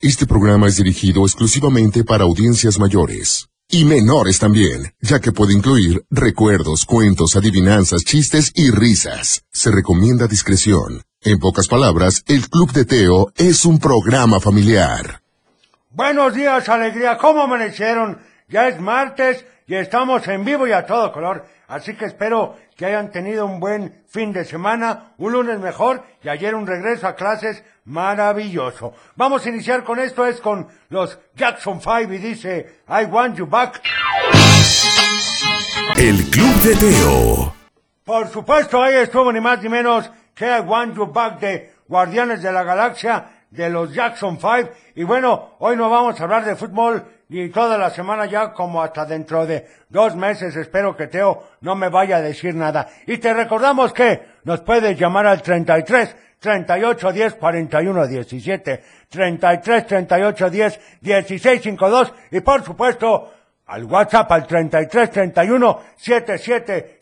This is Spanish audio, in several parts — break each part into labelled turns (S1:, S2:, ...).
S1: Este programa es dirigido exclusivamente para audiencias mayores y menores también, ya que puede incluir recuerdos, cuentos, adivinanzas, chistes y risas. Se recomienda discreción. En pocas palabras, el Club de Teo es un programa familiar.
S2: Buenos días, alegría. ¿Cómo amanecieron? Ya es martes y estamos en vivo y a todo color. Así que espero que hayan tenido un buen fin de semana, un lunes mejor y ayer un regreso a clases maravilloso. Vamos a iniciar con esto, es con los Jackson 5 y dice I want you back.
S3: El Club de Teo.
S2: Por supuesto, ahí estuvo ni más ni menos que I want you back de Guardianes de la Galaxia de los Jackson 5. Y bueno, hoy no vamos a hablar de fútbol y toda la semana ya como hasta dentro de dos meses espero que Teo no me vaya a decir nada. Y te recordamos que nos puedes llamar al 33 38 10 41 17 33 38 10 16 52 y por supuesto al WhatsApp al 33 31 77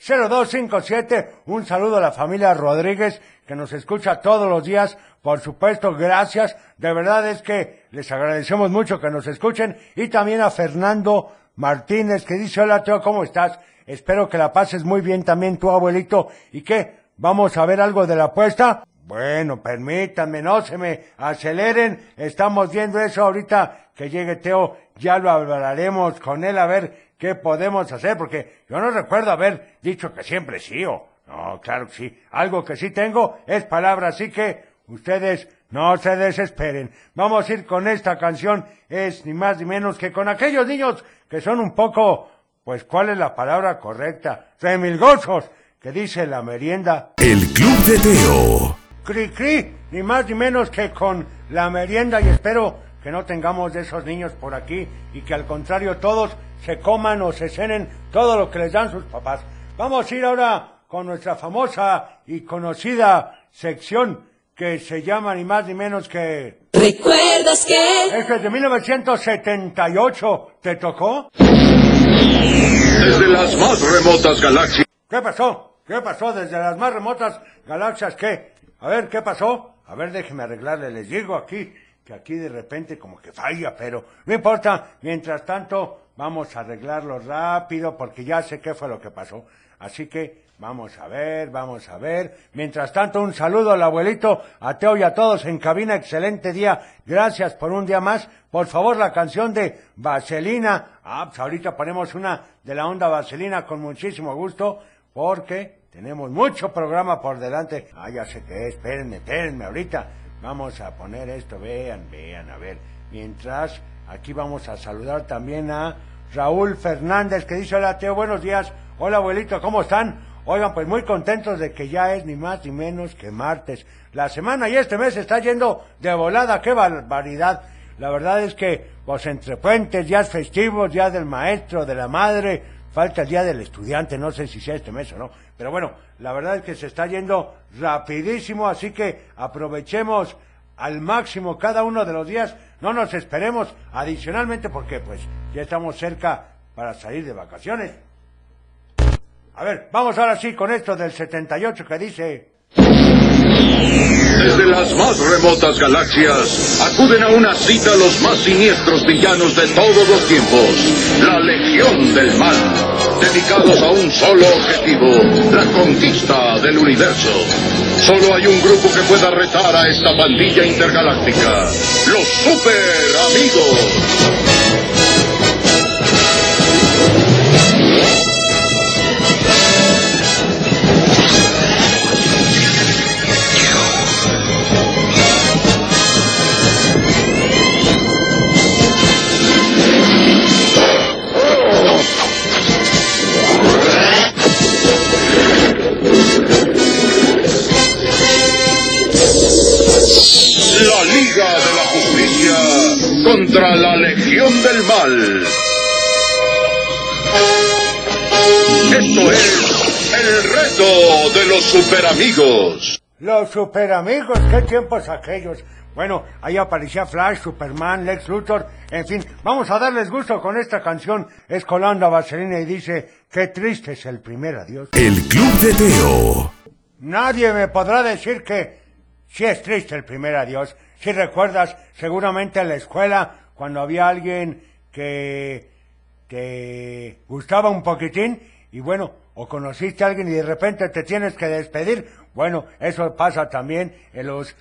S2: 0257. Un saludo a la familia Rodríguez que nos escucha todos los días. Por supuesto, gracias. De verdad es que les agradecemos mucho que nos escuchen. Y también a Fernando Martínez que dice, hola Teo, ¿cómo estás? Espero que la pases muy bien también tu abuelito. ¿Y qué? ¿Vamos a ver algo de la apuesta? Bueno, permítanme, no se me aceleren. Estamos viendo eso ahorita que llegue Teo. Ya lo hablaremos con él a ver qué podemos hacer, porque yo no recuerdo haber dicho que siempre sí o. No, claro que sí. Algo que sí tengo es palabra, así que ustedes no se desesperen. Vamos a ir con esta canción. Es ni más ni menos que con aquellos niños que son un poco, pues, ¿cuál es la palabra correcta? Remilgosos, que dice la merienda.
S3: El Club de Teo.
S2: Cri cri, ni más ni menos que con la merienda y espero que no tengamos de esos niños por aquí y que al contrario todos se coman o se cenen todo lo que les dan sus papás. Vamos a ir ahora con nuestra famosa y conocida sección que se llama ni más ni menos que...
S4: ¿Recuerdas que?
S2: Es desde 1978, ¿te tocó?
S5: Desde las más remotas galaxias.
S2: ¿Qué pasó? ¿Qué pasó desde las más remotas galaxias? ¿Qué? A ver, ¿qué pasó? A ver, déjenme arreglarle, les digo aquí que aquí de repente como que falla, pero no importa. Mientras tanto, vamos a arreglarlo rápido porque ya sé qué fue lo que pasó. Así que vamos a ver, vamos a ver. Mientras tanto, un saludo al abuelito, a Teo y a todos en cabina. Excelente día. Gracias por un día más. Por favor, la canción de Vaselina. Ah, pues ahorita ponemos una de la onda Vaselina con muchísimo gusto porque tenemos mucho programa por delante. Ah, ya sé que es. Espérenme, espérenme ahorita. Vamos a poner esto, vean, vean, a ver. Mientras, aquí vamos a saludar también a Raúl Fernández, que dice, hola Teo, buenos días. Hola abuelito, ¿cómo están? Oigan, pues muy contentos de que ya es ni más ni menos que martes. La semana y este mes está yendo de volada, qué barbaridad. La verdad es que, pues entre puentes, días festivos, días del maestro, de la madre, falta el día del estudiante, no sé si sea este mes o no, pero bueno, la verdad es que se está yendo rapidísimo, así que aprovechemos al máximo cada uno de los días, no nos esperemos adicionalmente porque pues ya estamos cerca para salir de vacaciones. A ver, vamos ahora sí con esto del 78 que dice...
S5: Desde las más remotas galaxias acuden a una cita los más siniestros villanos de todos los tiempos, la Legión del Mal, dedicados a un solo objetivo, la conquista del universo. Solo hay un grupo que pueda retar a esta pandilla intergaláctica, los Super Amigos. La Liga de la Justicia contra la Legión del Mal. Esto es el reto de los superamigos.
S2: Los superamigos, qué tiempos aquellos. Bueno, ahí aparecía Flash, Superman, Lex Luthor, en fin, vamos a darles gusto con esta canción. Es Colanda Vaselina y dice, qué triste es el primer adiós.
S3: El Club de Teo.
S2: Nadie me podrá decir que Sí es triste el primer adiós. Si recuerdas, seguramente en la escuela, cuando había alguien que te gustaba un poquitín, y bueno, o conociste a alguien y de repente te tienes que despedir, bueno, eso pasa también en los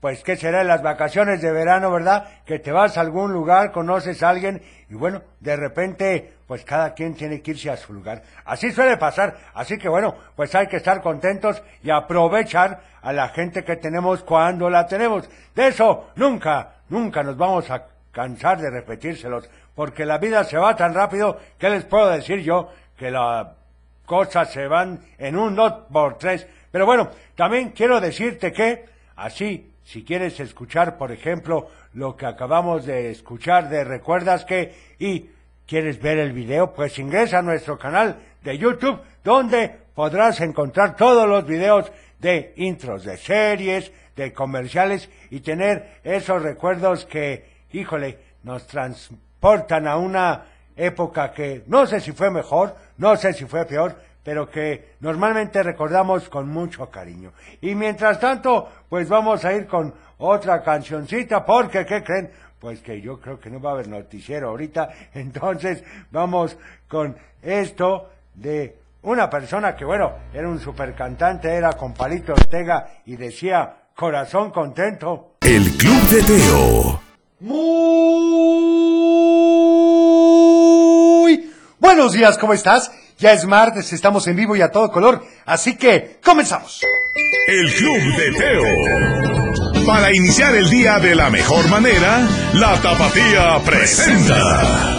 S2: pues qué será en las vacaciones de verano, ¿verdad? Que te vas a algún lugar, conoces a alguien y bueno, de repente pues cada quien tiene que irse a su lugar. Así suele pasar, así que bueno, pues hay que estar contentos y aprovechar a la gente que tenemos cuando la tenemos. De eso nunca, nunca nos vamos a cansar de repetírselos, porque la vida se va tan rápido que les puedo decir yo que la cosas se van en un not por tres. Pero bueno, también quiero decirte que así, si quieres escuchar, por ejemplo, lo que acabamos de escuchar de Recuerdas que y quieres ver el video, pues ingresa a nuestro canal de YouTube donde podrás encontrar todos los videos de intros de series, de comerciales y tener esos recuerdos que, híjole, nos transportan a una época que no sé si fue mejor, no sé si fue peor, pero que normalmente recordamos con mucho cariño. Y mientras tanto, pues vamos a ir con otra cancioncita, porque ¿qué creen? Pues que yo creo que no va a haber noticiero ahorita, entonces vamos con esto de una persona que, bueno, era un super cantante, era con Palito Ortega y decía, corazón contento.
S3: El Club de Teo.
S6: Muy buenos días, ¿cómo estás? Ya es martes, estamos en vivo y a todo color, así que comenzamos.
S3: El Club de Teo. Para iniciar el día de la mejor manera, la Tapatía presenta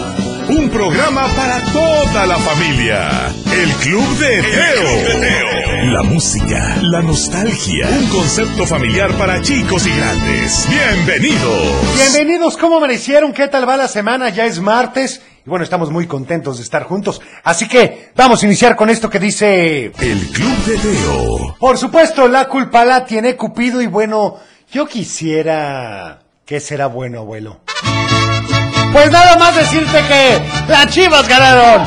S3: un programa para toda la familia. El Club de Teo. La música, la nostalgia, un concepto familiar para chicos y grandes. Bienvenidos.
S6: Bienvenidos, ¿cómo amanecieron? ¿Qué tal va la semana? Ya es martes y bueno, estamos muy contentos de estar juntos, así que vamos a iniciar con esto que dice...
S3: El Club de Teo.
S6: Por supuesto, la culpa la tiene Cupido y bueno, yo quisiera... ¿Qué será bueno, abuelo? Pues nada más decirte que las chivas ganaron.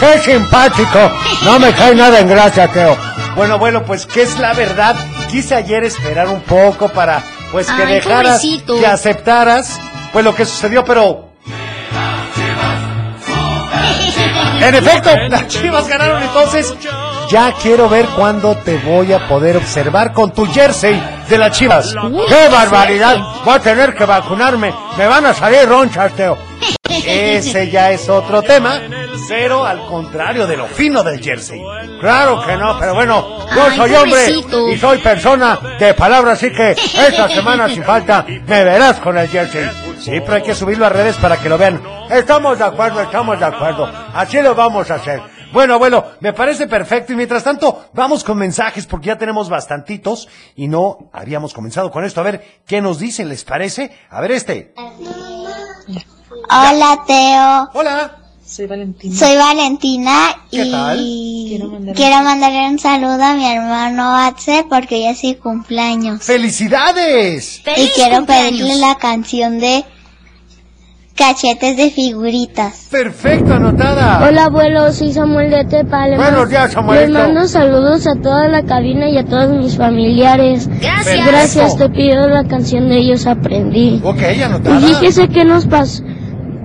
S2: ¡Qué simpático! No me cae nada en gracia, Teo.
S6: Bueno, abuelo, pues que es la verdad. Quise ayer esperar un poco para, pues que
S7: Ay,
S6: dejaras,
S7: pobrecito.
S6: que aceptaras, pues lo que sucedió, pero... En efecto, las chivas ganaron entonces. Ya quiero ver cuándo te voy a poder observar con tu jersey de las chivas.
S2: ¡Qué barbaridad! Voy a tener que vacunarme. Me van a salir ronchas, Teo.
S6: Ese ya es otro tema, pero al contrario de lo fino del jersey.
S2: Claro que no, pero bueno, yo
S7: Ay,
S2: soy hombre
S7: pobrecito.
S2: y soy persona de palabra, así que esta semana sin falta me verás con el jersey.
S6: Sí, pero hay que subirlo a redes para que lo vean.
S2: Estamos de acuerdo, estamos de acuerdo. Así lo vamos a hacer.
S6: Bueno, abuelo, me parece perfecto y mientras tanto vamos con mensajes porque ya tenemos bastantitos y no habíamos comenzado con esto. A ver, ¿qué nos dicen? ¿Les parece? A ver este.
S8: Hola Teo,
S6: Hola.
S9: Soy Valentina.
S8: soy Valentina
S6: ¿Qué
S8: y
S6: tal?
S9: Quiero mandar-
S8: quiero mandarle un saludo a mi hermano Axel porque ya es su cumpleaños.
S6: ¡Felicidades!
S8: Y quiero pedirle la canción de Cachetes de Figuritas.
S6: Perfecto, anotada.
S10: Hola abuelo, soy Samuel de Tepal.
S2: Buenos días,
S10: Les
S2: Samuelito.
S10: mando saludos a toda la cabina y a todos mis familiares.
S6: Perfecto.
S10: Gracias, te pido la canción de ellos aprendí.
S6: Ok,
S10: Y
S6: anotada.
S10: fíjese qué nos pasó,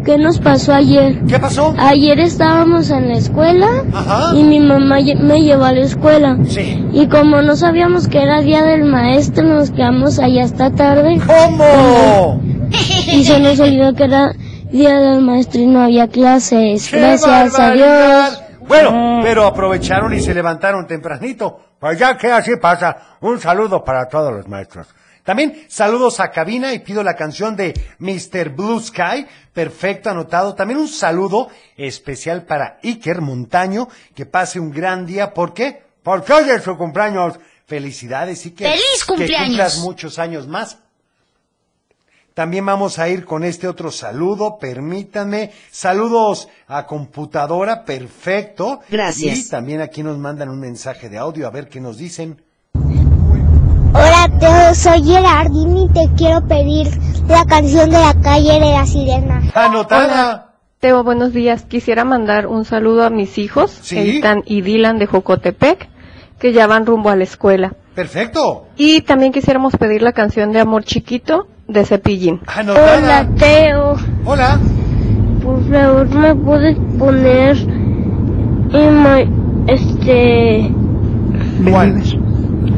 S10: qué nos pasó ayer.
S6: ¿Qué pasó?
S10: Ayer estábamos en la escuela
S6: Ajá.
S10: y mi mamá lle- me llevó a la escuela.
S6: Sí.
S10: Y como no sabíamos que era día del maestro, nos quedamos allá hasta tarde
S6: ¿Cómo?
S10: y se nos olvidó que era día del maestro y no había clases.
S6: ¡Qué
S10: Gracias,
S6: barbaridad!
S10: adiós.
S7: Ah.
S6: Bueno, pero aprovecharon y se levantaron tempranito.
S2: Pues ya que así pasa, un saludo para todos los maestros.
S6: También saludos a cabina y pido la canción de Mr. Blue Sky. Perfecto, anotado. También un saludo especial para Iker Montaño. Que pase un gran día. ¿Por qué?
S2: Porque hoy es su cumpleaños.
S6: Felicidades, Iker.
S7: ¡Feliz
S6: Que
S7: cumpleaños!
S6: cumplas muchos años más. También vamos a ir con este otro saludo, permítanme. Saludos a computadora, perfecto.
S9: Gracias.
S6: Y también aquí nos mandan un mensaje de audio, a ver qué nos dicen.
S10: Hola Teo, soy Gerardín y te quiero pedir la canción de la calle de la sirena.
S6: Anotada.
S11: Teo, buenos días. Quisiera mandar un saludo a mis hijos,
S6: Sí.
S11: Eitan y Dylan de Jocotepec, que ya van rumbo a la escuela.
S2: Perfecto.
S12: Y también quisiéramos pedir la canción de Amor Chiquito de Cepillín.
S2: Anotada.
S8: Teo.
S2: Hola.
S8: Por favor, ¿me puedes poner este
S2: ¿Cuál?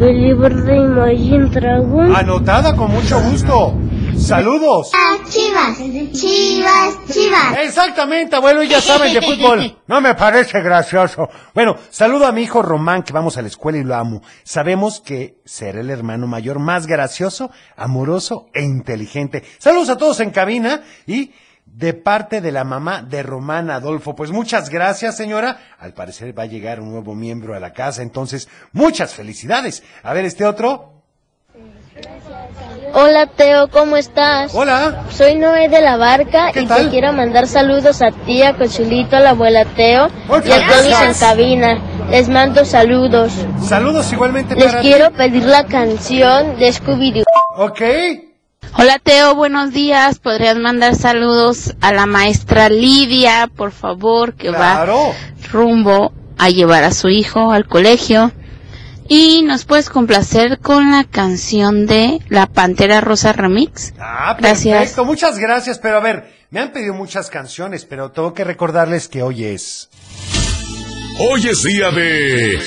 S8: el libro de Imagine Dragon?
S2: Ah. Anotada con mucho gusto. Saludos.
S13: Ah, Chivas, chivas, chivas.
S2: Exactamente, abuelo, y ya saben de fútbol.
S14: No me parece gracioso.
S2: Bueno, saludo a mi hijo Román, que vamos a la escuela y lo amo. Sabemos que será el hermano mayor más gracioso, amoroso e inteligente. Saludos a todos en cabina y de parte de la mamá de Román Adolfo. Pues muchas gracias, señora. Al parecer va a llegar un nuevo miembro a la casa, entonces muchas felicidades. A ver, este otro.
S8: Hola Teo, ¿cómo estás?
S2: Hola.
S8: Soy Noé de la Barca
S2: ¿Qué
S8: y
S2: tal?
S8: te quiero mandar saludos a ti, a Cochulito, a la abuela Teo y
S2: Muchas
S8: a todos en
S2: gracias.
S8: cabina. Les mando saludos.
S2: Saludos igualmente
S8: Les
S2: para ti.
S8: quiero pedir la canción de Scooby-Doo.
S2: Ok.
S15: Hola Teo, buenos días. ¿Podrías mandar saludos a la maestra Lidia, por favor, que
S2: Claro.
S15: va rumbo a llevar a su hijo al colegio? Y nos puedes complacer con la canción de La Pantera Rosa Remix.
S2: Ah,
S15: Gracias.
S2: perfecto. Muchas gracias. Pero a ver, me han pedido muchas canciones, pero tengo que recordarles que hoy es.
S3: Hoy es día de.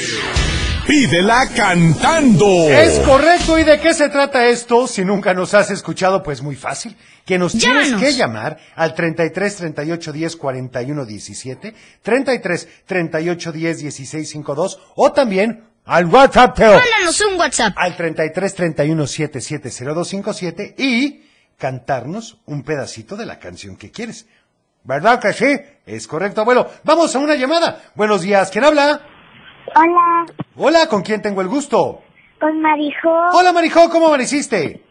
S3: Pídela cantando.
S2: Es correcto. ¿Y de qué se trata esto? Si nunca nos has escuchado, pues muy fácil. Que nos tienes
S15: Llámanos.
S2: que llamar al 33 38 10 41 17, 33 38 10 16 52 o también al WhatsApp, Teo.
S15: Mándanos un WhatsApp.
S2: al 33 31 77 0257 y cantarnos un pedacito de la canción que quieres. ¿Verdad que sí? Es correcto, abuelo. Vamos a una llamada. Buenos días, ¿quién habla?
S8: Hola,
S2: Hola, ¿con quién tengo el gusto?
S8: con Marijo.
S2: Hola, Marijó, ¿cómo amaneciste?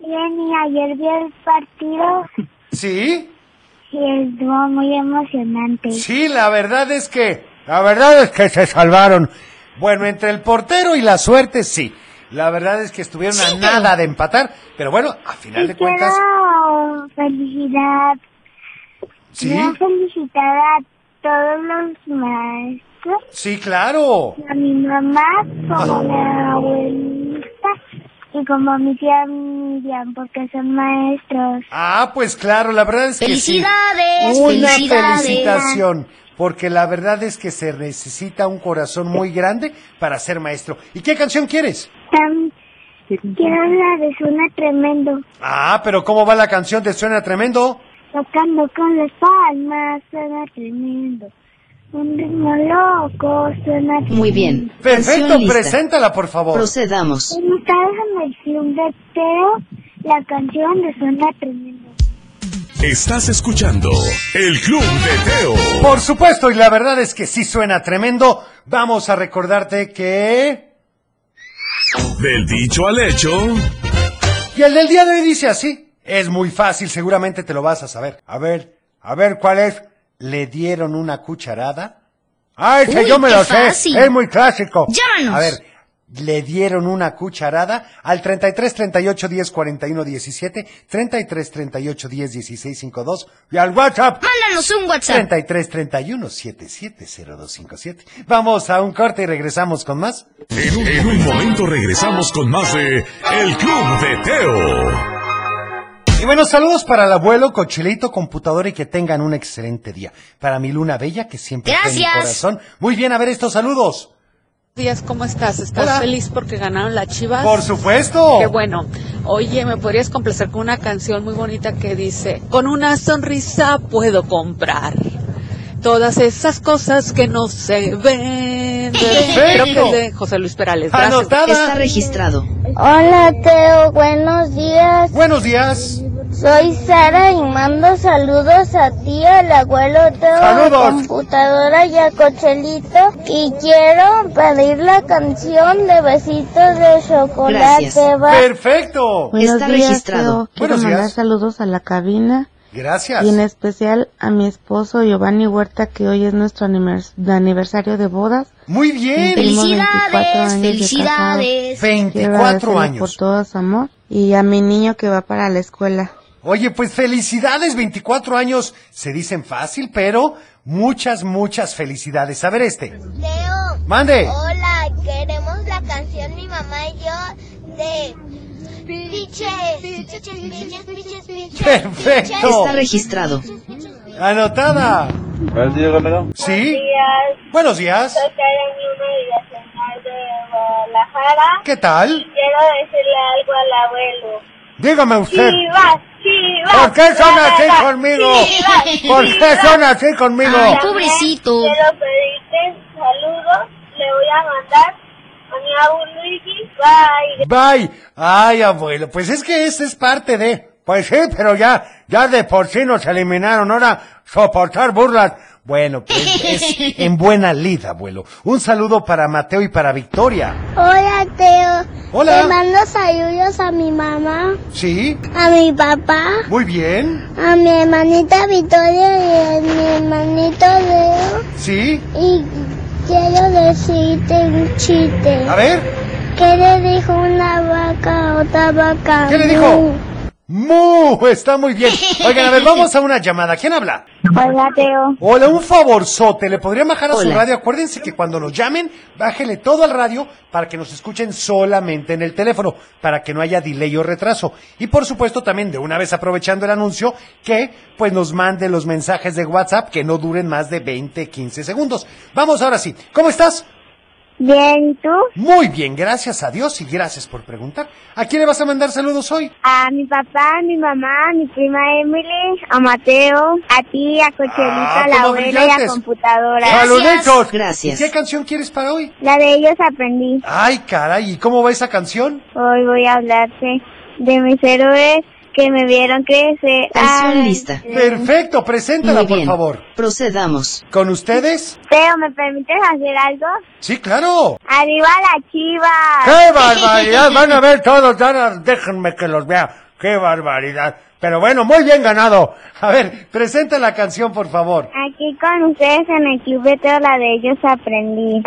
S8: Bien, y ayer vi el partido
S2: ¿Sí?
S8: y estuvo muy emocionante.
S2: Sí, la verdad es que, la verdad es que se salvaron. Bueno, entre el portero y la suerte, sí. La verdad es que estuvieron a nada de empatar, pero bueno, a final
S8: Y
S2: de cuentas,
S8: quiero felicitar,
S2: sí,
S8: quiero felicitar a todos los maestros,
S2: sí, claro.
S8: a mi mamá, como mi abuelita y como mi tía Miriam, porque son maestros.
S2: Ah, pues claro, la verdad es que sí.
S8: ¡Felicidades!
S2: Una felicitación, porque la verdad es que se necesita un corazón muy grande para ser maestro. ¿Y qué canción quieres?
S8: Tam- quiero la de Suena Tremendo,
S2: Ah, pero ¿cómo va la canción? ¿Te suena tremendo?
S8: tocando con las palmas, suena tremendo. Un ritmo loco, suena tremendo.
S16: Muy bien.
S2: Perfecto,
S16: Canción lista.
S2: preséntala, por favor.
S16: Procedamos.
S8: Está en el club de Teo la canción de Suena Tremendo.
S3: Estás escuchando El Club de Teo.
S2: Por supuesto, y la verdad es que sí suena tremendo. Vamos a recordarte que...
S3: Del dicho al hecho.
S2: Y el del día de hoy dice así. Es muy fácil, seguramente te lo vas a saber. A ver, a ver, ¿cuál es? ¿Le dieron una cucharada? ¡Ay, que
S15: Uy,
S2: yo me
S15: qué
S2: lo sé!
S15: fácil.
S2: Es muy clásico.
S15: Llámanos.
S2: A ver, le dieron una cucharada al 33 38 10 41 17, 33 38 10 16 52 y al WhatsApp
S15: Mándanos un WhatsApp.
S2: 33 31 77 0257. Vamos a un corte y regresamos con más.
S3: En un, en un momento regresamos con más de El Club de Teo.
S2: Y bueno, saludos para el abuelo, cochilito, computadora y que tengan un excelente día. Para mi luna bella, que siempre está en mi
S15: Gracias.
S2: corazón. Muy bien, a ver estos saludos.
S4: días, ¿cómo estás? ¿Estás
S2: Hola.
S4: feliz porque ganaron las chivas?
S2: Por supuesto.
S4: Qué bueno. Oye, ¿me podrías complacer con una canción muy bonita que dice, con una sonrisa puedo comprar todas esas cosas que no se ven? Creo que es de José Luis Perales. Gracias.
S16: Está
S2: Anotada.
S16: registrado.
S8: Hola Teo, buenos días.
S2: Buenos días.
S8: Soy Sara y mando saludos a ti, al abuelo Teo, a
S2: Saludos.
S8: la computadora y a Cochelito. Y quiero pedir la canción de Besitos de Chocolate.
S16: Gracias.
S8: va.
S2: Perfecto.
S16: Buenos Está días, registrado.
S2: Quiero Buenos mandar días.
S15: saludos a la cabina
S2: Gracias.
S15: especial a mi esposo Giovanni Huerta, que hoy es nuestro aniversario de bodas.
S2: Muy bien.
S15: Tengo 24 años de
S16: felicidades.
S2: 24
S15: agradecerle
S2: años.
S15: todo su amor y a mi niño que va para la escuela.
S2: Oye, pues felicidades, 24 años. Se dicen fácil, pero muchas, muchas felicidades. A ver este.
S8: Teo,
S2: Mande.
S8: hola, queremos la canción mi mamá y yo de piches, piches, piches, piches, piches.
S2: Perfecto.
S16: Está registrado.
S2: Anotada.
S8: Buenos
S2: Sí.
S8: días.
S2: Buenos días.
S8: Soy Karen Luna Villaseñor de Guadalajara.
S2: ¿Qué tal?
S8: Quiero decirle algo al abuelo.
S14: Dígame usted.
S8: Chivas, chivas.
S14: ¿Por qué son así
S8: Guadalajara,
S14: conmigo?
S8: chivas,
S14: ¿Por qué
S8: chivas.
S14: son así conmigo?
S8: Ay, pobrecito. Quiero pedirte saludos. Le voy a mandar a mi abuelo Luigi. Bye.
S14: Bye. Ay, abuelo, pues es que esta
S2: este
S14: es parte de... Pues sí, pero ya, ya de por sí nos eliminaron. Ahora, soportar burlas. Bueno, pues es
S2: En buena lid, abuelo. Un saludo para Mateo y para Victoria.
S8: Hola, Teo.
S2: Hola.
S8: Le mando saludos a mi mamá,
S2: ¿Sí?
S8: a mi papá,
S2: Muy bien.
S8: a mi hermanita Victoria y a mi hermanito Leo.
S2: ¿Sí?
S8: Y quiero decirte un chiste.
S2: A ver.
S8: ¿Qué le dijo una vaca a otra vaca?
S2: ¿Qué le dijo? ¡Mu! Está muy bien. Oigan, a ver, vamos a una llamada. ¿Quién habla?
S8: Mm. Hola, Teo.
S2: Hola, un favorzote. ¿Le podría bajar a su
S8: Hola.
S2: radio? Acuérdense que cuando nos llamen, bájele todo al radio para que nos escuchen solamente en el teléfono, para que no haya delay o retraso. Y por supuesto también, de una vez aprovechando el anuncio, que pues nos mande los mensajes de WhatsApp que no duren más de 20, 15 segundos. Vamos ahora sí. ¿Cómo estás?
S8: Bien, ¿tú?
S2: Muy bien, gracias a Dios y gracias por preguntar. ¿A quién le vas a mandar saludos hoy?
S8: A mi papá, a mi mamá, a mi prima Emily, a Mateo, a ti, a Cochelita,
S2: Ah,
S8: a la
S2: como
S8: abuela y a
S2: brillantes.
S8: computadora.
S2: ¡Saluditos! ¿Y ¿Qué canción quieres para hoy?
S8: La de ellos aprendí.
S2: Ay, caray, ¿y cómo va esa canción?
S8: Hoy voy a hablarte de mis héroes que me vieron crecer.
S16: Canción
S8: Ay,
S16: lista.
S2: Perfecto, preséntala,
S16: Muy
S2: por
S16: bien.
S2: favor.
S16: Procedamos.
S2: ¿Con ustedes?
S8: Teo, ¿me permites hacer algo?
S2: Sí, claro.
S8: ¡Arriba la
S16: Ah.
S8: chiva!
S14: ¡Qué barbaridad! Van a ver todos, ya, déjenme que los vea. ¡Qué barbaridad! Pero bueno, muy bien ganado.
S2: A ver, presenta la canción, por favor.
S8: Aquí con ustedes en el Club de Teo, la de ellos aprendí.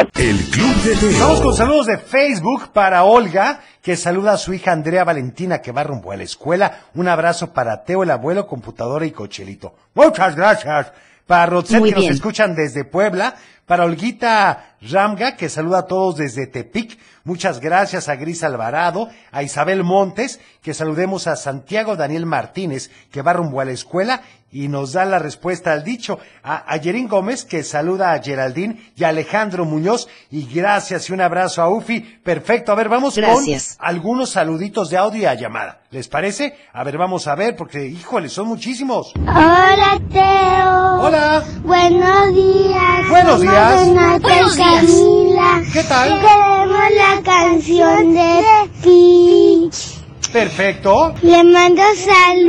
S2: Vamos con saludos de Facebook para Olga, que saluda a su hija Andrea Valentina, que va rumbo a la escuela. Un abrazo para Teo, el abuelo, computadora y cochelito. Muchas gracias. Para Roxette,
S16: Muy
S2: que nos
S16: bien.
S2: escuchan desde Puebla. Para Olguita Ramga, que saluda a todos desde Tepic. Muchas gracias a Gris Alvarado, a Isabel Montes, que saludemos a Santiago Daniel Martínez, que va rumbo a la escuela y nos da la respuesta al dicho. A Ayerín Gómez, que saluda a Geraldine y a Alejandro Muñoz. Y gracias y un abrazo a Ufi. Perfecto. A ver, vamos
S16: Gracias.
S2: con algunos saluditos de audio y a llamada. ¿Les parece? A ver, vamos a ver, porque, híjole, son muchísimos.
S8: Hola, Teo.
S2: Hola.
S8: Buenos días.
S2: Buenos
S8: Somos
S2: días.
S8: Renata y
S2: Buenos días.
S8: Camila.
S2: ¿Qué tal?
S8: Queremos la canción de Peach.
S2: Perfecto.
S8: Le mando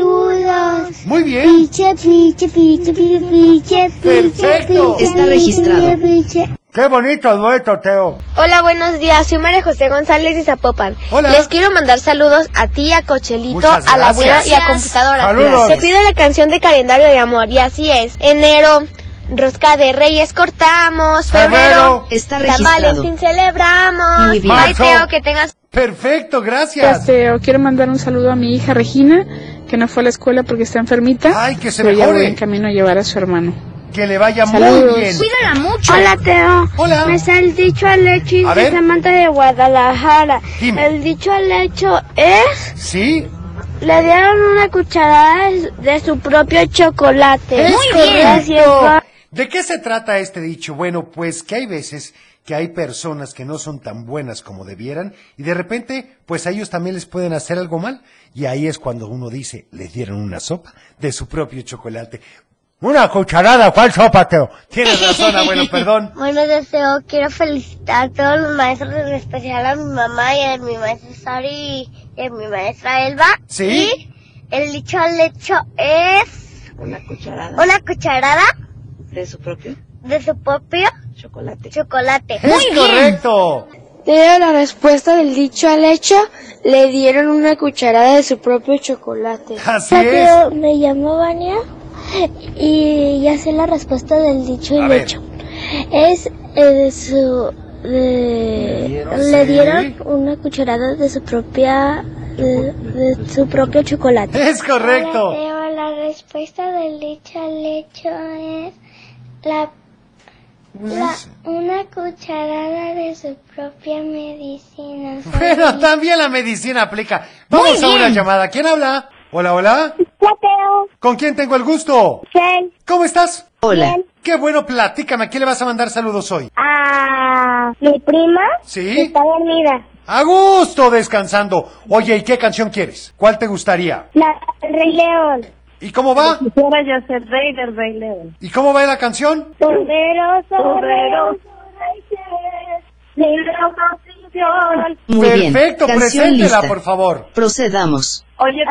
S8: saludos.
S2: Muy bien.
S8: Piche, piche, piche, piche, piche, piche,
S14: Perfecto.
S8: piche,
S16: Está
S8: piche,
S16: registrado.
S8: piche.
S14: ¡Qué bonito dueto, Teo!
S10: Hola, buenos días. Soy María José González de Zapopan.
S14: Hola.
S10: Les quiero mandar saludos a ti, a Cochelito,
S14: Muchas
S10: a la abuela y
S14: gracias.
S10: a computadora.
S14: Saludos.
S10: Te pido la canción de calendario de amor y así es. Enero, rosca de reyes cortamos.
S14: Febrero.
S10: Febrero,
S16: Está
S10: San
S16: registrado.
S10: Valentín celebramos.
S16: Muy bien.
S10: Ay,
S14: Marzo.
S10: Teo, que tengas
S2: Perfecto, gracias.
S17: Teo. Quiero mandar un saludo a mi hija Regina, que no fue a la escuela porque está enfermita.
S2: Ay, que se
S17: Pero ya voy
S2: mejore.
S17: en camino a llevar a su hermano.
S2: Que le vaya
S17: Saludos.
S2: muy bien.
S10: Cuídala mucho.
S8: Hola, Teo.
S2: Hola.
S8: Me está el dicho al hecho y
S2: A
S8: soy
S2: ver.
S8: Samantha de Guadalajara.
S2: Dime.
S8: El dicho al hecho es...
S2: ¿Sí?
S8: Le dieron una cucharada de su propio chocolate.
S2: ¡Es
S8: Gracias.
S2: correcto! ¿De qué se trata este dicho? Bueno, pues que hay veces que hay personas que no son tan buenas como debieran y de repente, pues a ellos también les pueden hacer algo mal. Y ahí es cuando uno dice, le dieron una sopa de su propio chocolate. Una cucharada, ¿cuál sopa, Teo? Tienes razón, abuelo, perdón.
S8: Bueno, deseo, quiero felicitar a todos los maestros, en especial a mi mamá y a mi maestra Sari y a mi maestra Elba.
S2: ¿Sí?
S8: Y el dicho al hecho es
S10: una cucharada
S8: una cucharada
S10: de su propio
S8: de su propio
S10: chocolate.
S8: chocolate.
S2: ¡Es correcto!
S8: Teo, la respuesta del dicho al hecho, le dieron una cucharada de su propio chocolate.
S2: Así es.
S8: me llamo Vania y ya sé la respuesta del dicho
S2: A
S8: al
S2: ver.
S8: hecho. Es eh, de su... de- le dieron una cucharada de su propia... de, de su propio chocolate.
S2: ¡Es correcto!
S8: Teo, la respuesta del dicho al hecho es la La- una cucharada de su propia medicina.
S2: Pero también la medicina aplica. Vamos a una llamada. ¿Quién habla? Hola, hola.
S8: Mateo.
S2: ¿Con quién tengo el gusto?
S8: Jen.
S2: ¿Cómo estás?
S8: Hola. Bien.
S2: Qué bueno, platícame. ¿A quién le vas a mandar saludos hoy?
S8: A mi prima.
S2: Sí.
S8: que Está dormida.
S2: A gusto descansando. Oye, ¿y qué canción quieres? ¿Cuál te gustaría?
S8: La del Rey León.
S2: ¿Y cómo va?
S8: Quisiera yo ser rey del Rey León.
S2: ¿Y cómo va la canción?
S8: Poderoso.
S11: Poderoso
S8: rey que es, libre de oposición.
S11: Muy bien.
S2: Perfecto,
S11: Canción
S2: preséntela,
S11: lista.
S2: por favor.
S11: Procedamos.
S8: Oye,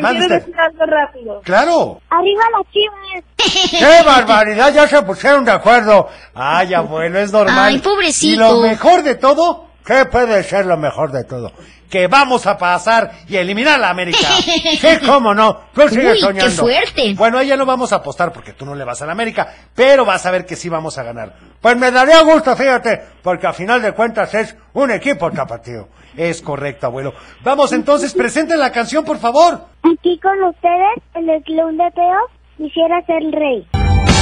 S2: Mande
S8: quiero
S2: usted.
S8: decir algo rápido.
S2: Claro.
S8: ¡Arriba eh. las chivas!
S2: ¡Qué barbaridad! Ya se pusieron de acuerdo. Ay, abuelo, es normal.
S16: Ay, pobrecito.
S2: Y lo mejor de todo, ¿qué puede ser lo mejor de todo? Que vamos a pasar y eliminar a la América. Sí, cómo no. Tú sigues
S16: Uy, qué
S2: soñando.
S16: fuerte.
S2: Bueno, ahí ya no vamos a apostar porque tú no le vas a la América, pero vas a ver que sí vamos a ganar. Pues me daría gusto, fíjate, porque a final de cuentas es un equipo tapatío. Es correcto, abuelo. Vamos entonces, presenten la canción, por favor.
S8: Aquí con ustedes, en el club de Teo, quisiera ser rey.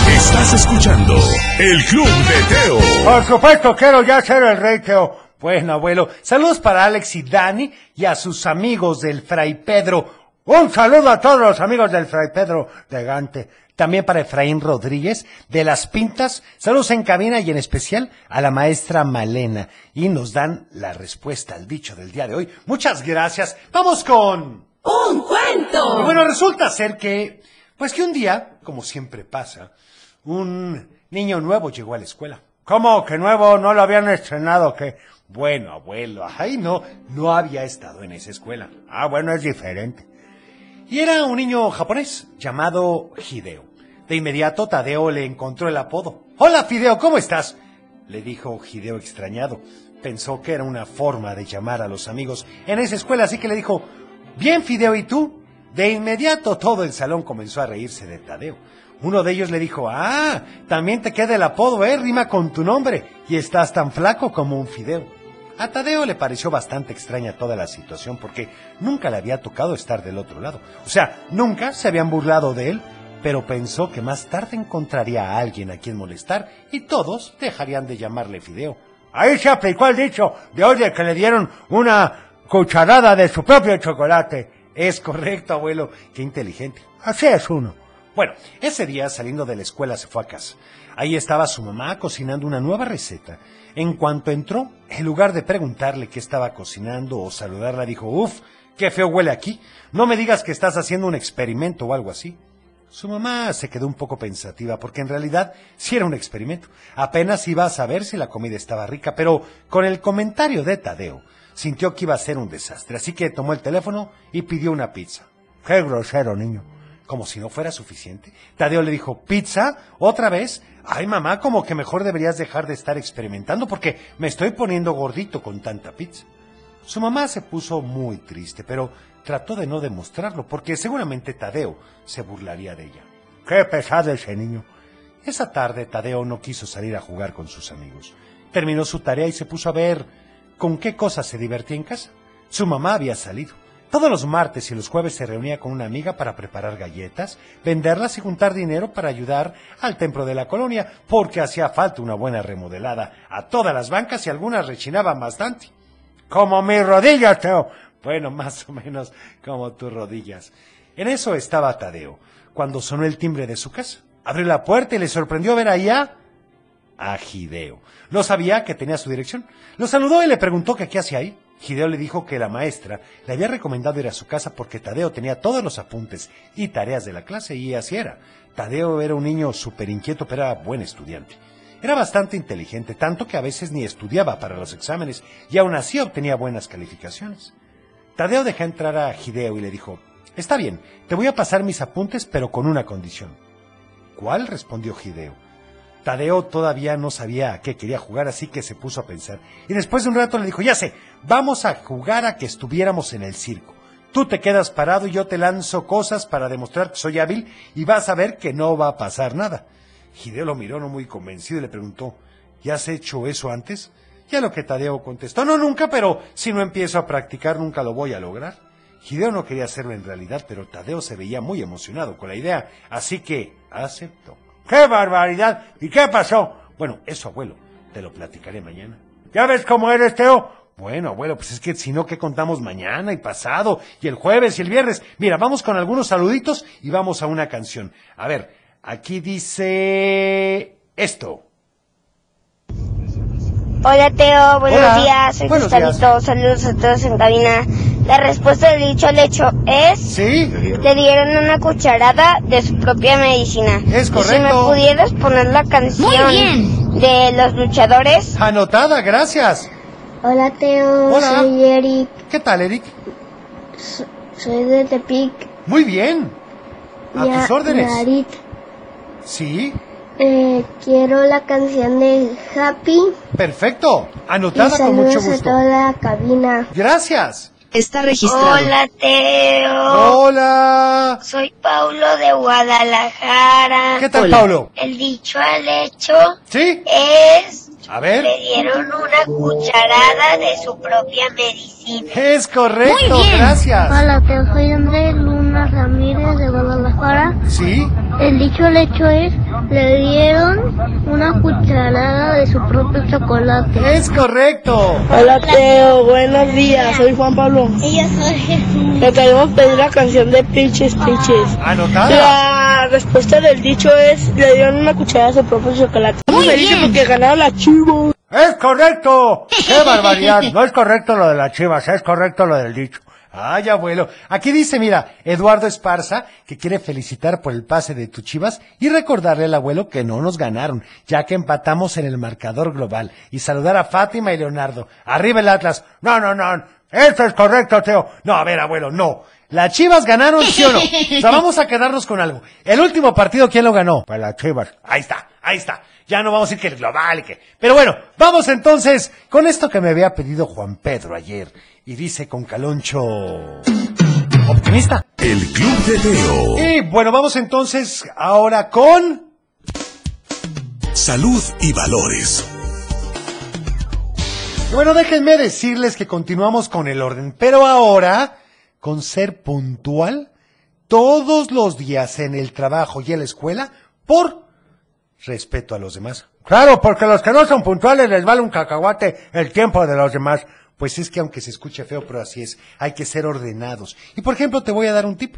S3: Estás escuchando el Club de Teo.
S2: Por supuesto, quiero ya ser el rey, Teo. Bueno, abuelo, saludos para Alex y Dani y a sus amigos del Fray Pedro. Un saludo a todos los amigos del Fray Pedro de Gante. También para Efraín Rodríguez de Las Pintas. Saludos en cabina y en especial a la maestra Malena. Y nos dan la respuesta al dicho del día de hoy. Muchas gracias. Vamos con...
S18: Un cuento.
S2: Y bueno, resulta ser que, pues que un día, como siempre pasa, un niño nuevo llegó a la escuela. ¿Cómo que nuevo? ¿No lo habían estrenado? que Bueno, abuelo, ay no, no había estado en esa escuela. Ah, bueno, es diferente. Y era un niño japonés llamado Hideo. De inmediato Tadeo le encontró el apodo. Hola, Fideo, ¿cómo estás? le dijo Hideo extrañado. Pensó que era una forma de llamar a los amigos en esa escuela, así que le dijo, bien Fideo, ¿y tú? De inmediato todo el salón comenzó a reírse de Tadeo. Uno de ellos le dijo, ah, también te queda el apodo, ¿eh? Rima con tu nombre y estás tan flaco como un Fideo. A Tadeo le pareció bastante extraña toda la situación porque nunca le había tocado estar del otro lado. O sea, nunca se habían burlado de él, pero pensó que más tarde encontraría a alguien a quien molestar y todos dejarían de llamarle Fideo. Ahí se aplicó el dicho de hoy de que le dieron una cucharada de su propio chocolate. Es correcto, abuelo. Qué inteligente. Así es uno. Bueno, ese día saliendo de la escuela se fue a casa. Ahí estaba su mamá cocinando una nueva receta. En cuanto entró, en lugar de preguntarle qué estaba cocinando o saludarla, dijo, uff, qué feo huele aquí. No me digas que estás haciendo un experimento o algo así. Su mamá se quedó un poco pensativa porque en realidad sí era un experimento. Apenas iba a saber si la comida estaba rica, pero con el comentario de Tadeo sintió que iba a ser un desastre, así que tomó el teléfono y pidió una pizza. Qué grosero, niño. Como si no fuera suficiente. Tadeo le dijo, ¿pizza? ¿Otra vez? Ay, mamá, como que mejor deberías dejar de estar experimentando porque me estoy poniendo gordito con tanta pizza. Su mamá se puso muy triste, pero trató de no demostrarlo, porque seguramente Tadeo se burlaría de ella. ¡Qué pesado ese niño! Esa tarde Tadeo no quiso salir a jugar con sus amigos. Terminó su tarea y se puso a ver con qué cosas se divertía en casa. Su mamá había salido. Todos los martes y los jueves se reunía con una amiga para preparar galletas, venderlas y juntar dinero para ayudar al templo de la colonia, porque hacía falta una buena remodelada a todas las bancas y algunas rechinaban bastante. Como mis rodillas, Teo. Bueno, más o menos como tus rodillas. En eso estaba Tadeo, cuando sonó el timbre de su casa. Abrió la puerta y le sorprendió ver allá a Hideo. No sabía que tenía su dirección. Lo saludó y le preguntó que qué hacía ahí. Hideo le dijo que la maestra le había recomendado ir a su casa porque Tadeo tenía todos los apuntes y tareas de la clase y así era. Tadeo era un niño súper inquieto pero era buen estudiante. Era bastante inteligente, tanto que a veces ni estudiaba para los exámenes y aún así obtenía buenas calificaciones. Tadeo dejó entrar a Hideo y le dijo, Está bien, te voy a pasar mis apuntes pero con una condición. ¿Cuál? respondió Hideo. Tadeo todavía no sabía a qué quería jugar, así que se puso a pensar. Y después de un rato le dijo, ya sé, vamos a jugar a que estuviéramos en el circo. Tú te quedas parado y yo te lanzo cosas para demostrar que soy hábil y vas a ver que no va a pasar nada. Hideo lo miró no muy convencido y le preguntó, ¿ya has hecho eso antes? Ya lo que Tadeo contestó, no nunca, pero si no empiezo a practicar nunca lo voy a lograr. Hideo no quería hacerlo en realidad, pero Tadeo se veía muy emocionado con la idea, así que aceptó. ¡Qué barbaridad! ¿Y qué pasó? Bueno, eso, abuelo, te lo platicaré mañana. ¿Ya ves cómo eres, Teo? Bueno, abuelo, pues es que si no, ¿qué contamos mañana y pasado? Y el jueves y el viernes. Mira, vamos con algunos saluditos y vamos a una canción. A ver, aquí dice esto.
S10: Hola Teo, buenos
S2: Hola.
S10: días, soy
S2: Buenos
S10: Gustavito, saludos a todos en cabina. La respuesta del dicho al hecho es...
S2: Sí.
S10: Le dieron una cucharada de su propia medicina.
S2: Es
S10: Y Si me
S2: correcto.
S10: pudieras poner la canción de los luchadores.
S2: Anotada, gracias.
S8: Hola Teo,
S2: Hola.
S8: soy Eric,
S2: ¿Qué tal, Eric?
S8: soy de Tepic.
S2: Muy bien. A
S8: Ya-
S2: tus órdenes.
S8: Yarit.
S2: Sí,
S8: Eh, quiero la canción de Happy.
S2: perfecto.
S8: y
S2: Anotada con
S8: saludos
S2: mucho
S8: a
S2: gusto.
S8: toda la cabina.
S2: Gracias.
S10: Está
S8: registrado.
S10: Hola Teo.
S2: Hola.
S10: Soy Paulo de Guadalajara.
S2: ¿Qué tal, Hola. Paulo?
S10: El dicho al hecho
S2: Sí.
S10: es...
S2: A ver.
S10: Le dieron una cucharada de su propia medicina.
S2: Es correcto, gracias.
S8: Hola, Teo, soy Andrés Luna Ramírez de Guadalajara.
S2: Sí,
S8: El dicho al hecho es, le dieron una cucharada de su propio chocolate.
S2: es correcto.
S11: Hola Teo, buenos días, soy Juan Pablo.
S8: Y yo soy Jesús.
S11: Le queremos pedir la canción de Pinches Pinches.
S2: Anotada.
S11: La respuesta del dicho es, le dieron una cucharada a su propio chocolate. Muy feliz porque ganaron las chivos.
S2: Es correcto. Qué barbaridad. No es correcto lo de las chivas, es correcto lo del dicho. Ay, abuelo. Aquí dice, mira, Eduardo Esparza, que quiere felicitar por el pase de tus chivas y recordarle al abuelo que no nos ganaron, ya que empatamos en el marcador global. Y saludar a Fátima y Leonardo. Arriba el Atlas. No, no, no. Eso es correcto, Teo. No, a ver, abuelo, no. Las chivas ganaron, sí o no. O sea, vamos a quedarnos con algo. El último partido, ¿quién lo ganó? Pues las chivas. Ahí está, ahí está. Ya no vamos a ir que el global y que... Pero bueno, vamos entonces con esto que me había pedido Juan Pedro ayer. Y dice con caloncho... Optimista.
S3: El Club de Teo.
S2: Y bueno, vamos entonces ahora con...
S3: Salud y valores.
S2: Bueno, déjenme decirles que continuamos con el orden, pero ahora con ser puntual todos los días en el trabajo y en la escuela por respeto a los demás. Claro, porque los que no son puntuales les vale un cacahuate el tiempo de los demás. Pues es que aunque se escuche feo, pero así es, hay que ser ordenados. Y por ejemplo, te voy a dar un tip.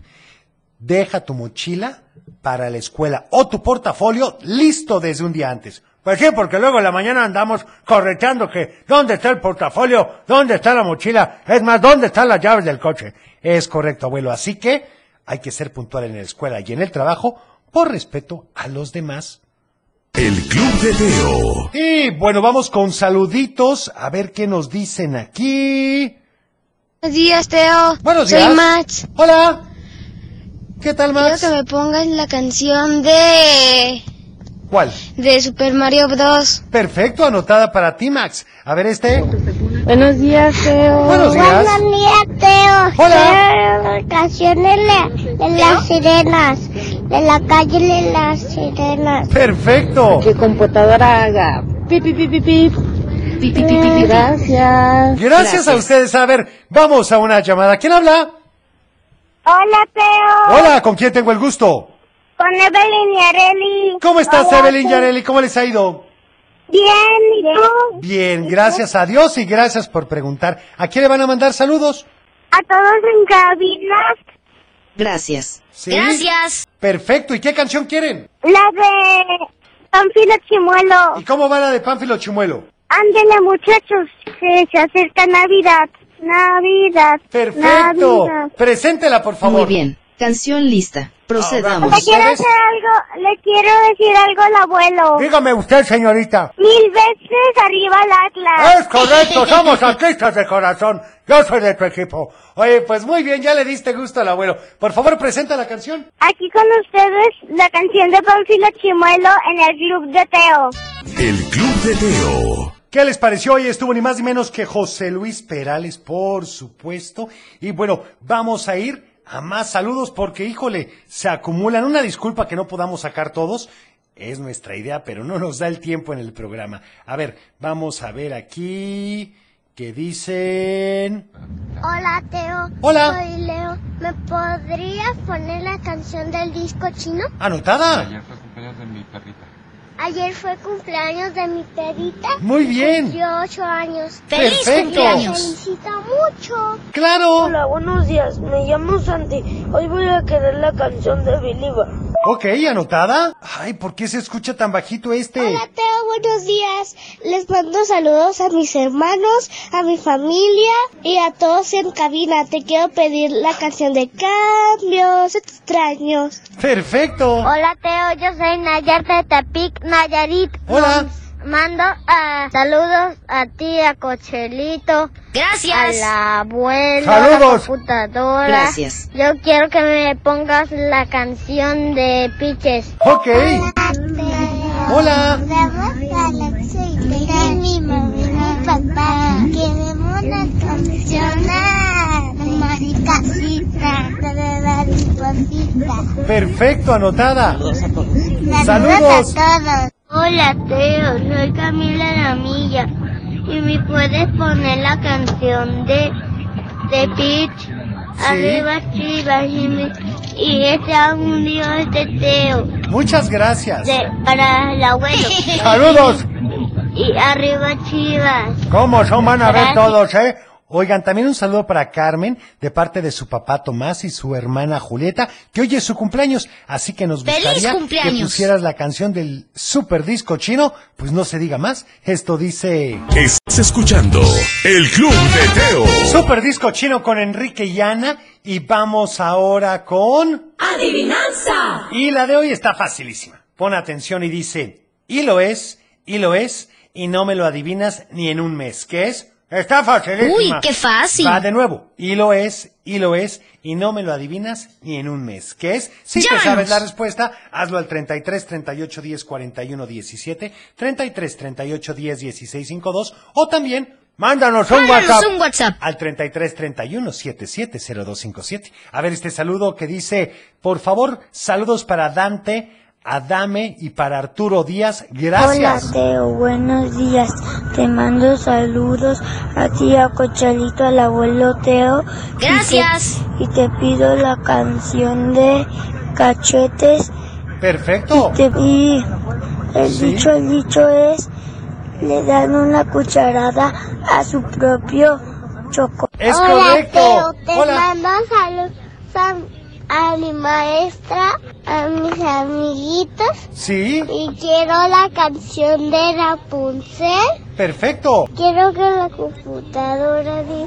S2: Deja tu mochila para la escuela o tu portafolio listo desde un día antes. Pues sí, porque luego en la mañana andamos correteando que dónde está el portafolio, dónde está la mochila, es más, dónde están las llaves del coche. Es correcto, abuelo. Así que hay que ser puntual en la escuela y en el trabajo por respeto a los demás.
S3: El Club de Teo.
S2: Y bueno, vamos con saluditos, a ver qué nos dicen aquí.
S19: Buenos días, Teo.
S2: Buenos
S19: Soy
S2: días.
S19: Max.
S2: Hola. ¿Qué tal, Max?
S19: Quiero que me pongas la canción de...
S2: ¿Cuál?
S19: de Super Mario Bros.
S2: Perfecto, anotada para ti, Max. A ver este.
S19: Buenos días, Teo.
S2: Buenos días.
S8: Teo.
S2: Hola.
S8: Quiero la canción de, la- de las sirenas. De la calle de las sirenas.
S2: Perfecto.
S8: Que computadora haga. Pip, pip, pip, pip, pip. Gracias.
S2: Gracias, a ustedes. A ver, vamos a una llamada. ¿Quién habla?
S8: Hola, Teo.
S2: Hola, ¿con quién tengo el gusto?
S8: Con Evelyn y Areli.
S2: ¿Cómo estás,
S8: Hola,
S2: Evelyn
S8: Teo.
S2: Yareli? ¿Cómo les ha ido?
S8: Bien, ¿y tú?
S2: Bien, gracias a Dios y gracias por preguntar. ¿A quién le van a mandar saludos?
S8: A todos en cabina.
S2: Gracias. ¿Sí?
S8: Gracias.
S2: Perfecto. ¿Y qué canción quieren?
S8: La de Panfilo Chimuelo.
S2: ¿Y cómo va la de Pánfilo Chimuelo?
S8: Ándele, muchachos. Se, se acerca Navidad. Navidad.
S2: Perfecto.
S8: Navidad.
S2: Preséntela, por favor. Muy bien.
S20: Canción lista. Procedamos.
S2: Pues,
S8: Le quiero hacer algo, le quiero decir algo al abuelo.
S2: Dígame usted, señorita.
S8: Mil veces arriba el Atlas.
S2: Es correcto, somos artistas de corazón. Yo soy de tu equipo. Oye, pues muy bien, ya le diste gusto al abuelo. Por favor, presenta la canción.
S8: Aquí con ustedes la canción de Panfilo Chimuelo en el Club de Teo.
S3: El Club de Teo.
S2: ¿Qué les pareció? Hoy estuvo ni más ni menos que José Luis Perales, por supuesto. Y bueno, vamos a ir a más saludos porque, híjole, se acumulan. Una disculpa que no podamos sacar todos. Es nuestra idea, pero no nos da el tiempo en el programa. A ver, vamos a ver aquí. ¿Qué dicen?
S8: Hola, Teo.
S2: Hola.
S8: Soy Leo. ¿Me podrías poner la canción del disco chino?
S2: ¿Anotada?
S21: mi perrita.
S8: Ayer fue cumpleaños de mi perrita.
S2: Muy bien.
S8: Cumplió ocho años.
S2: ¡Feliz Perfecto. cumpleaños!
S8: Me felicita mucho.
S2: ¡Claro!
S8: Hola, buenos días. Me llamo Santi. Hoy voy a querer la canción de Biliba.
S2: Ok, anotada. Ay, ¿por qué se escucha tan bajito este?
S8: Teo, buenos días. Les mando saludos a mis hermanos, a mi familia y a todos en cabina. Te quiero pedir la canción de Cambios Extraños.
S2: Perfecto.
S8: Hola Teo, yo soy Nayar de Tapic, Nayarit.
S2: Hola.
S8: Mando ah, saludos a ti, a Cochelito.
S10: Gracias.
S8: A la abuela. A la
S2: Saludos.
S8: computadora.
S10: Gracias.
S8: Yo quiero que me pongas la canción de Piches.
S2: Ok. Hola.
S8: mi mamá y mi papá. Queremos la canción de Maricasita. De
S2: Perfecto, anotada.
S8: Saludos
S2: Saludos.
S8: a todos. Hola Teo, soy Camila Ramilla y me puedes poner la canción de de Peach arriba chivas y, me, y este un dios de Teo
S2: Muchas gracias.
S8: de- para el abuelo.
S2: Saludos.
S8: Y arriba chivas.
S2: ¿Cómo son? Van a ver
S8: Gracias.
S2: todos, ¿eh? Oigan, también un saludo para Carmen de parte de su papá Tomás y su hermana Julieta, que hoy es su cumpleaños, así que nos
S10: ¡Feliz
S2: gustaría que
S10: cumpleaños!
S2: pusieras la canción del super disco chino, pues no se diga más, esto dice...
S3: Estás escuchando El Club de Teo.
S2: Super disco chino con Enrique y Ana, y vamos ahora con...
S18: Adivinanza.
S2: Y la de hoy está facilísima. Pon atención y dice, y lo es, y lo es, y no me lo adivinas ni en un mes. ¿Qué es? Está facilísima.
S10: Uy, qué fácil.
S2: Va de nuevo. Y lo es, y lo es, y no me lo adivinas ni en un mes. ¿Qué es? Si
S10: Llámanos.
S2: te sabes la respuesta, hazlo al 33 38 10 41 17, 33 38 10 16 52, o también mándanos un
S10: Mándanos
S2: WhatsApp.
S10: un WhatsApp.
S2: Al 33 31 77 0257. A ver este saludo que dice, por favor, saludos para Dante, Adame y para Arturo Díaz. Gracias.
S8: Hola Teo, buenos días. Te mando saludos a ti, a Cochalito, al abuelo Teo. Y te-
S10: Gracias.
S8: Y te, pido la canción de Cachetes.
S2: Perfecto.
S8: Te- y el
S2: Sí.
S8: dicho, el dicho es, le dan una cucharada a su propio chocolate.
S2: Es correcto. Hola.
S8: saludos a mi maestra, a mis amiguitos.
S2: Sí,
S8: Y quiero la canción de Rapunzel.
S2: perfecto.
S8: Quiero que la computadora de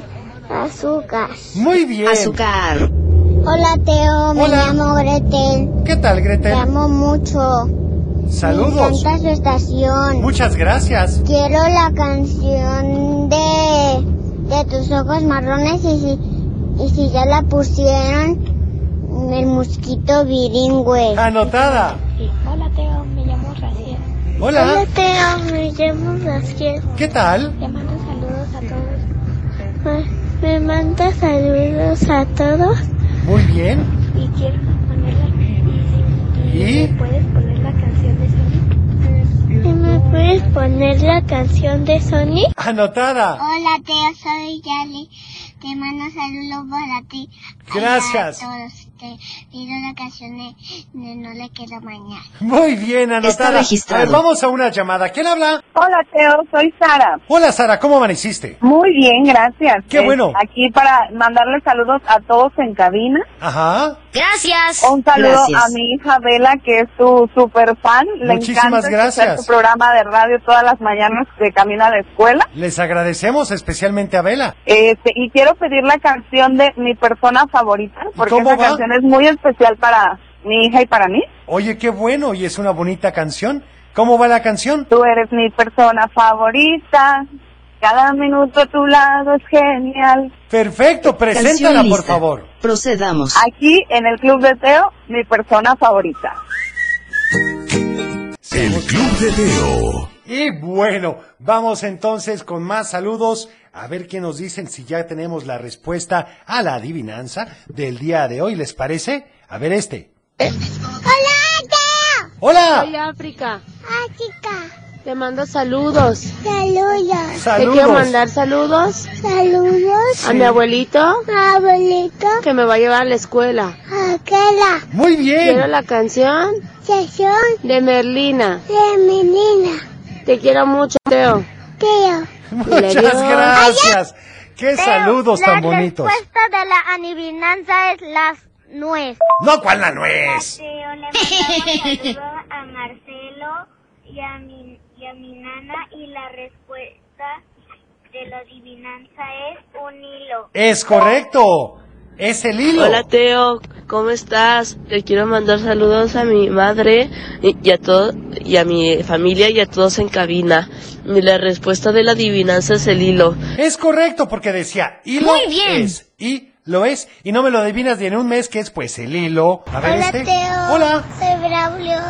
S8: azúcar.
S2: Muy bien.
S10: Azúcar.
S8: Hola Teo, me
S2: Hola.
S8: llamo Gretel.
S2: ¿Qué tal,
S8: Te
S2: Gretel?
S8: amo mucho. Me
S2: Saludos.
S8: encanta su estación.
S2: Muchas gracias.
S8: Quiero la canción de, de tus ojos marrones y si, y si ya la pusieron, el mosquito bilingüe.
S2: Anotada.
S8: Hola Teo, me llamo Raciel.
S2: Hola.
S8: Teo, me llamo Raciel.
S2: ¿Qué tal?
S8: Te mando saludos a todos. Me manda saludos a todos.
S2: Muy bien.
S8: Y quiero ponerla.
S2: ¿Y?
S8: puedes poner la canción de Sonic? ¿Me puedes poner la canción de Sonic?
S2: Anotada.
S8: Hola, Teo, soy Yali. Te mando saludos para ti.
S2: Gracias.
S8: A todos. Te pido la canción de, de No le queda mañana.
S2: Muy bien,
S22: Está
S2: anotada.
S22: registrado.
S2: A ver, vamos a una llamada. ¿Quién habla?
S11: Hola, Teo, soy Sara.
S2: Hola, Sara. ¿Cómo amaneciste?
S11: Muy bien, gracias.
S2: Qué bueno.
S11: Aquí para mandarle saludos a todos en cabina.
S2: Ajá.
S10: Gracias.
S11: Un saludo
S22: Gracias.
S11: a mi hija Vela, que es tu super fan. Le
S2: Muchísimas
S11: encanta
S2: gracias.
S11: escuchar tu programa de radio todas las mañanas de camino a la escuela.
S2: Les agradecemos especialmente a Vela.
S11: Este, y quiero pedir la canción de mi persona favorita, porque
S2: cómo
S11: esa
S2: va?
S11: canción es muy especial para mi hija y para mí.
S2: Oye, qué bueno y es una bonita canción. ¿Cómo va la canción?
S11: Tú eres mi persona favorita. Cada minuto a tu lado es genial.
S2: Perfecto,
S22: Canción
S2: preséntala
S22: lista.
S2: por favor.
S22: Procedamos.
S11: Aquí en el Club de Teo, mi persona favorita.
S3: El Club de Teo.
S2: Y bueno, vamos entonces con más saludos. A ver qué nos dicen si ya tenemos la respuesta a la adivinanza del día de hoy, ¿les parece? A ver este.
S8: ¡Hola, Teo!
S2: ¡Hola!
S8: África. Ah, chica.
S23: Te mando saludos.
S8: Saludos.
S23: Te quiero mandar saludos
S8: Saludos.
S23: a mi abuelito
S8: Abuelito.
S23: que me va a llevar a la escuela.
S8: Aquela.
S2: Muy
S23: Quiero la canción
S8: Sesión
S23: de Merlina.
S8: de menina.
S23: Te quiero mucho, Teo.
S8: Teo.
S2: Muchas
S23: Le dio-
S2: gracias. Qué saludos tan bonitos.
S8: respuesta de la adivinanza es las nueces.
S2: No, ¿cuál la nuez?
S8: Teo, le mandamos saludos a Marcelo y a mi, y a mi nana y la respuesta de la adivinanza es un hilo.
S2: Es correcto. Es el hilo.
S16: Hola Teo, ¿cómo estás? Te quiero mandar saludos a mi madre y y a todo y a mi familia y a todos en cabina. Y la respuesta de la adivinanza es el hilo.
S2: Es correcto porque decía hilo
S16: Muy bien.
S2: es y lo es y no me lo adivinas ni en un mes que es pues el hilo. A ver
S8: Hola
S2: este.
S8: Teo.
S2: Hola.
S8: Soy Braulio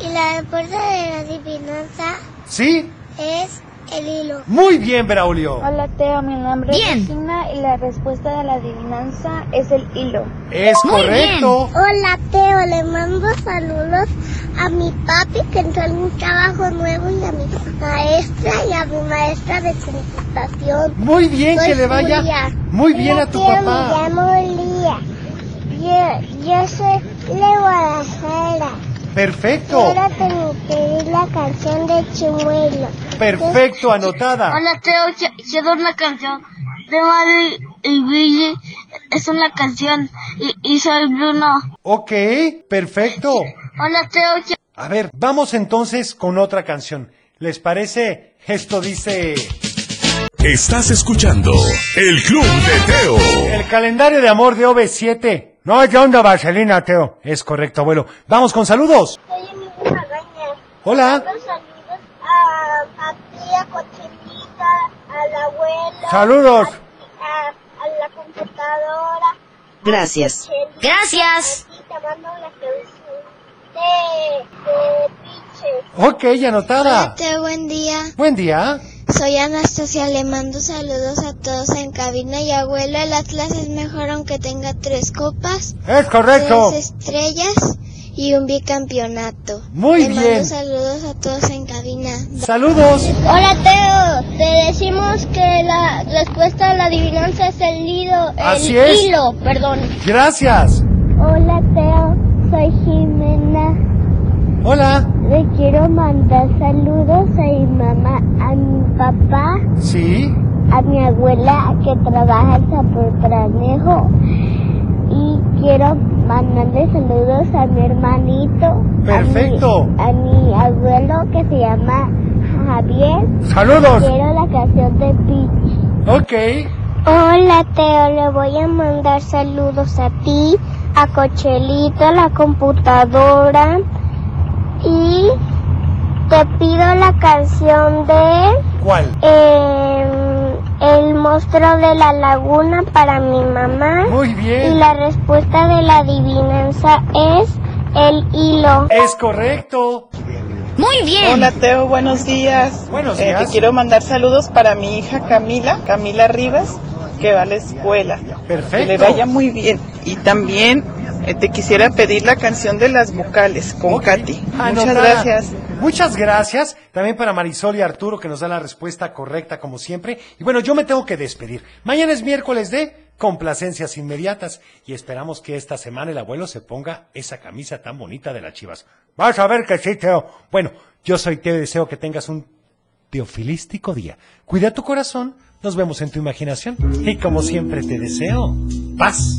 S8: y la respuesta de la adivinanza
S2: Sí.
S8: es el hilo.
S2: Muy bien, Braulio.
S8: Hola Teo, mi nombre es Regina y la respuesta de la adivinanza es el hilo.
S2: Es correcto.
S8: Hola Teo, le mando saludos a mi papi que entró en un trabajo nuevo y a mi maestra y a mi maestra de computación.
S2: Muy bien,
S8: Soy
S2: que le vaya
S8: Julia.
S2: muy bien
S8: Hola,
S2: a tu
S8: Teo,
S2: papá.
S8: Me llamo Lía. Yo, yo soy de Guadalajara.
S2: Perfecto.
S8: Ahora tengo que oír la canción de Chimuelo.
S2: Perfecto, anotada.
S8: Hola Teo, quiero una canción de Mario y Luigi. Es una canción y, y soy Bruno.
S2: Ok, perfecto.
S8: Hola Teo, qui-
S2: A ver, vamos entonces con otra canción. ¿Les parece? Esto dice
S3: Estás escuchando El Club de Teo.
S2: el calendario de amor de OV7. No hay que onda, Vaselina, Teo. Es correcto, abuelo. Vamos con saludos.
S8: soy Emilio Magaña.
S2: Hola.
S8: Los saludos a, a tía Cochinita, al abuelo.
S2: Saludos.
S8: A, a la computadora.
S22: Gracias.
S8: Gracias. Y te mando la canción de, de Piches.
S2: Ok, anotada.
S13: Teo, buen día.
S2: Buen día.
S13: Soy Anastasia, le mando saludos a todos en cabina y abuelo, el Atlas es mejor aunque tenga tres copas,
S2: Es correcto.
S13: tres estrellas y un bicampeonato.
S2: Muy
S13: le mando
S2: bien.
S13: saludos a todos en cabina.
S2: Saludos.
S8: Hola Teo, te decimos que la respuesta a la adivinanza es el hilo, el
S2: Así es.
S8: hilo, perdón.
S2: Gracias.
S8: Hola Teo, soy Jimena.
S2: Hola.
S8: Le quiero mandar saludos a mi mamá, a mi papá,
S2: Sí.
S8: a mi abuela que trabaja en Zapotranejo. Y quiero mandarle saludos a mi hermanito. a mi-
S2: Perfecto.
S8: A mi, abuelo que se llama Javier.
S2: Saludos.
S8: Quiero la canción de Peach.
S2: Ok.
S8: Hola Teo, le voy a mandar saludos a ti, a Cochelito, a la computadora y te pido la canción de
S2: ¿Cuál?
S8: eh, El monstruo de la laguna para mi mamá
S2: Muy
S8: y
S2: bien.
S8: la respuesta de la adivinanza es el hilo.
S2: Es correcto.
S8: Muy
S24: Hola Teo, buenos días.
S2: Buenos
S24: Eh,
S2: días.
S24: te quiero mandar saludos para mi hija Camila, Camila Rivas, que va a la escuela. Que le
S2: Perfecto.
S24: vaya muy bien. Y también eh, te quisiera pedir la canción de las vocales con Katy. Muchas
S2: Anotada.
S24: gracias.
S2: Muchas gracias también para Marisol y Arturo que nos dan la respuesta correcta como siempre. Y bueno, yo me tengo que despedir. Mañana es miércoles de complacencias inmediatas y esperamos que esta semana el abuelo se ponga esa camisa tan bonita de las chivas. Vas a ver que sí, Teo. Bueno, yo soy Teo y deseo que tengas un teofilístico día. Cuida tu corazón, nos vemos en tu imaginación y como siempre te deseo paz.